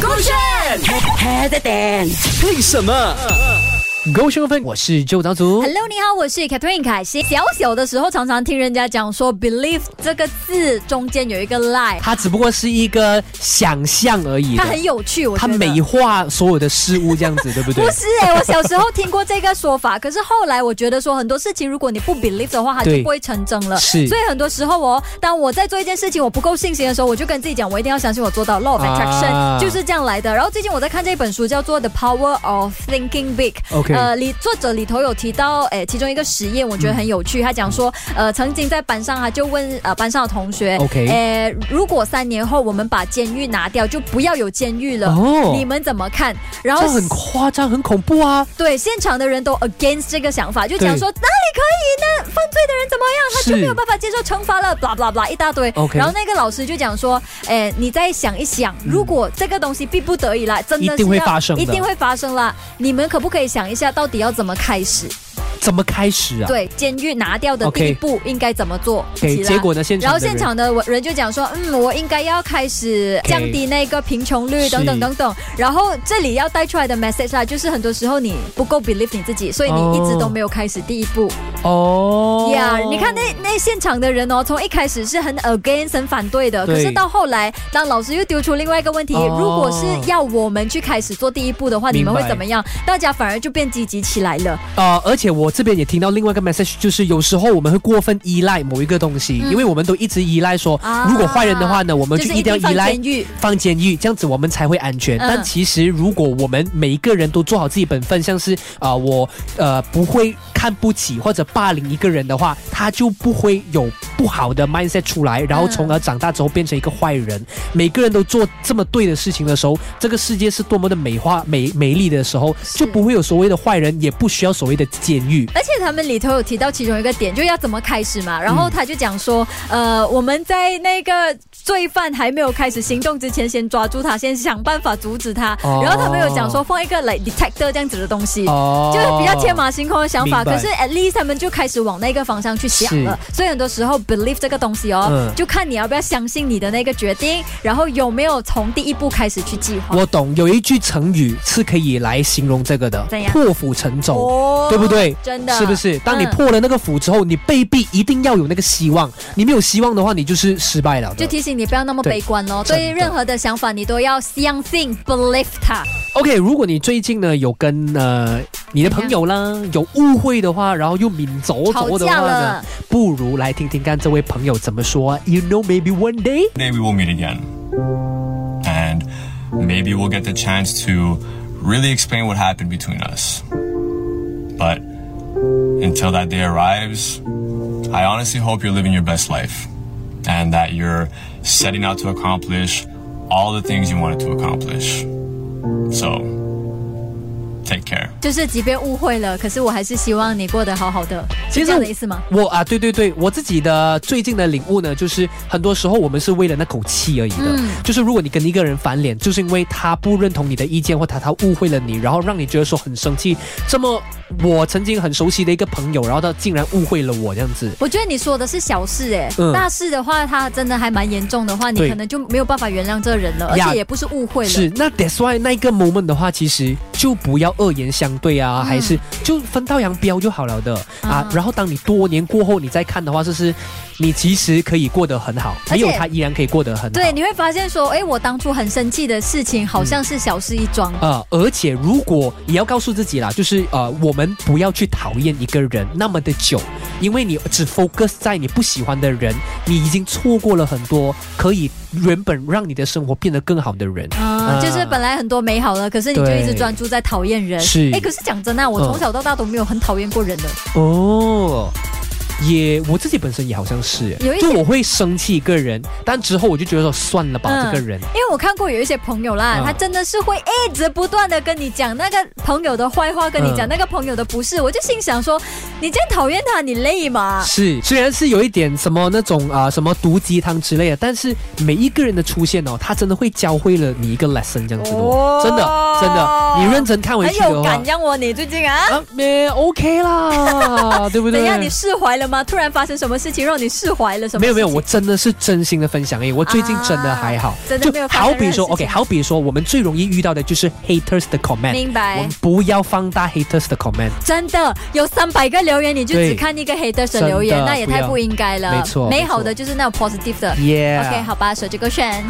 勾选 h a d 为什么？勾身份，我是周长祖。 Hello，你好，我是 Catherine 凯西。小小的时候常常听人家讲说 believe 这个字中间有一个 lie，它只不过是一个想象而已的它，很有趣，我觉它得。美化所有的事物这样子，对不对不？是哎、我小时候听过这个说法，可是后来我觉得说很多事情，如果你不 believe 的话，它就对不会成真了。是所以很多时候哦，当我在做一件事情我不够信心的时候，我就跟自己讲，我一定要相信我做到。Law of 啊 Attraction、就是这样来的。然后最近我在看这本书，叫做《The Power of Thinking Big》。 OK 呃，里作者里头有提到，诶，其中一个实验我觉得很有趣，他讲说，呃，曾经在班上他就问呃班上的同学 OK 诶，如果三年后我们把监狱拿掉，就不要有监狱了，哦你们怎么看？然后这很夸张，很恐怖啊！对，现场的人都 against 这个想法，就讲说哪里可以呢？犯罪的人怎么样？他就是没有办法接受惩罚了，blah blah blah 一大堆。哦 OK 然后那个老师就讲说，哎，你再想一想，如果这个东西逼不得已啦，真的是一定会要发生的一定会发生啦。你们可不可以想一下，到底要怎么开始？怎么开始啊？对，监狱拿掉的 OK 第一步应该怎么做？给起来结果呢？现场然后的人现场的人就讲说，嗯，我应该要开始降低那个贫穷率是等等等等。然后这里要带出来的 message 啦，就是很多时候你不够 believe 你自己，所以哦你一直都没有开始第一步。哦呀、你看那那现场的人哦，从一开始是很 against 很反对的，对可是到后来，当老师又丢出另外一个问题，哦如果是要我们去开始做第一步的话，你明白们会怎么样？大家反而就变积极起来了。呃，而且我这边也听到另外一个 message，就是有时候我们会过分依赖某一个东西，因为我们都一直依赖说，嗯啊如果坏人的话呢，我们就是一定一定要放依赖监狱放监狱，这样子我们才会安全。嗯但其实如果我们每一个人都做好自己本分，像是啊、呃我呃不会看不起或者霸凌一个人的话，他就不会有不好的 mindset 出来，然后嗯从而长大之后变成一个坏人。每个人都做这么对的事情的时候，这个世界是多么的美化美美丽的时候，是就不会有所谓的坏人，也不需要所谓的监狱。而且他们里头有提到其中一个点，就要怎么开始嘛。然嗯后他就讲说，呃，我们在那个罪犯还没有开始行动之前，先抓住他，先想办法阻止他。哦然后他们有讲说放一个 like detector 这样子的东西。哦就是比较天马行空的想法，明白可是 at least 他们就开始往那个方向去想了。所以很多时候 believe 这个东西哦，嗯就看你要不要相信你的那个决定，然后有没有从第一步开始去计划。我懂，有一句成语是可以来形容这个的怎，样破釜沉舟。哦对不对？真的是不是？当你嗯破了那个釜之后，你被逼一定要有那个希望。你没有希望的话，你就是失败了的。就提醒你不要那么对悲观咯，真的对于任何的想法，你都要相信，believe 它。 OK，如果你最近呢有跟呃你的朋友啦有误会的话，然后又抿走走吵的架话呢了，不如来听听看这位朋友怎么说啊。You know, maybe one day Someday we will meet again. And maybe we'll get the chance to really explain what happened between us. But until that day arrives, I honestly hope you're living your best life and that you're setting out to accomplish all the things you wanted to accomplish. So, take care. 就是即便误会了，可是我还是希望你过得好好的，是这样的意思吗？我啊，对对对，我自己的最近的领悟呢，就是很多时候我们是为了那口气而已的。嗯就是如果你跟一个人翻脸，就是因为他不认同你的意见，或他他误会了你，然后让你觉得说很生气。这么我曾经很熟悉的一个朋友，然后他竟然误会了我这样子。我觉得你说的是小事哎、嗯大事的话，它真的还蛮严重的话，你对可能就没有办法原谅这个人了，而呀且也不是误会了。是，那 that's why 那一个 moment 的话，其实就不要恶言相对啊，还是就分道扬镳就好了的啊。嗯啊然后当你多年过后你再看的话，就是你其实可以过得很好，而没且有他依然可以过得很好。对，你会发现说，哎，我当初很生气的事情，好像是小事一桩。呃，而且如果也要告诉自己啦，就是呃，我们不要去讨厌一个人那么的久，因为你只 focus 在你不喜欢的人，你已经错过了很多可以原本让你的生活变得更好的人。啊，啊就是本来很多美好的，可是你就对一直专注在讨厌人。是哎，可是讲真啊，我从嗯小到大都没有很讨厌过人的。哦。也我自己本身也好像是有一，就我会生气一个人，但之后我就觉得说算了吧，嗯这个人因为我看过有一些朋友啦，嗯他真的是会一直不断的跟你讲那个朋友的坏话，跟你讲嗯那个朋友的不是，我就心想说，你这样讨厌他，你累吗？是，虽然是有一点什么那种啊、什么毒鸡汤之类的，但是每一个人的出现哦，他真的会教会了你一个 lesson 这样子的哦，哦真的真的，你认真看回很去的有话感，让我你最近啊，啊，没 OK 啦，对不对？怎样？你释怀了吗？突然发生什么事情让你释怀了什么？没有没有，我真的是真心的分享诶，我最近真的还好，啊真的没有就发生好比说任何事，OK，情好比说，我们最容易遇到的就是 haters 的 comment，明白我们不要放大 haters 的 comment，真的有三百个留言，你就对只看一个黑的神留言真，的那也太不要不应该了。没错美好没错的就是那种 positive 的。 Yeah OK，好吧，手机歌选。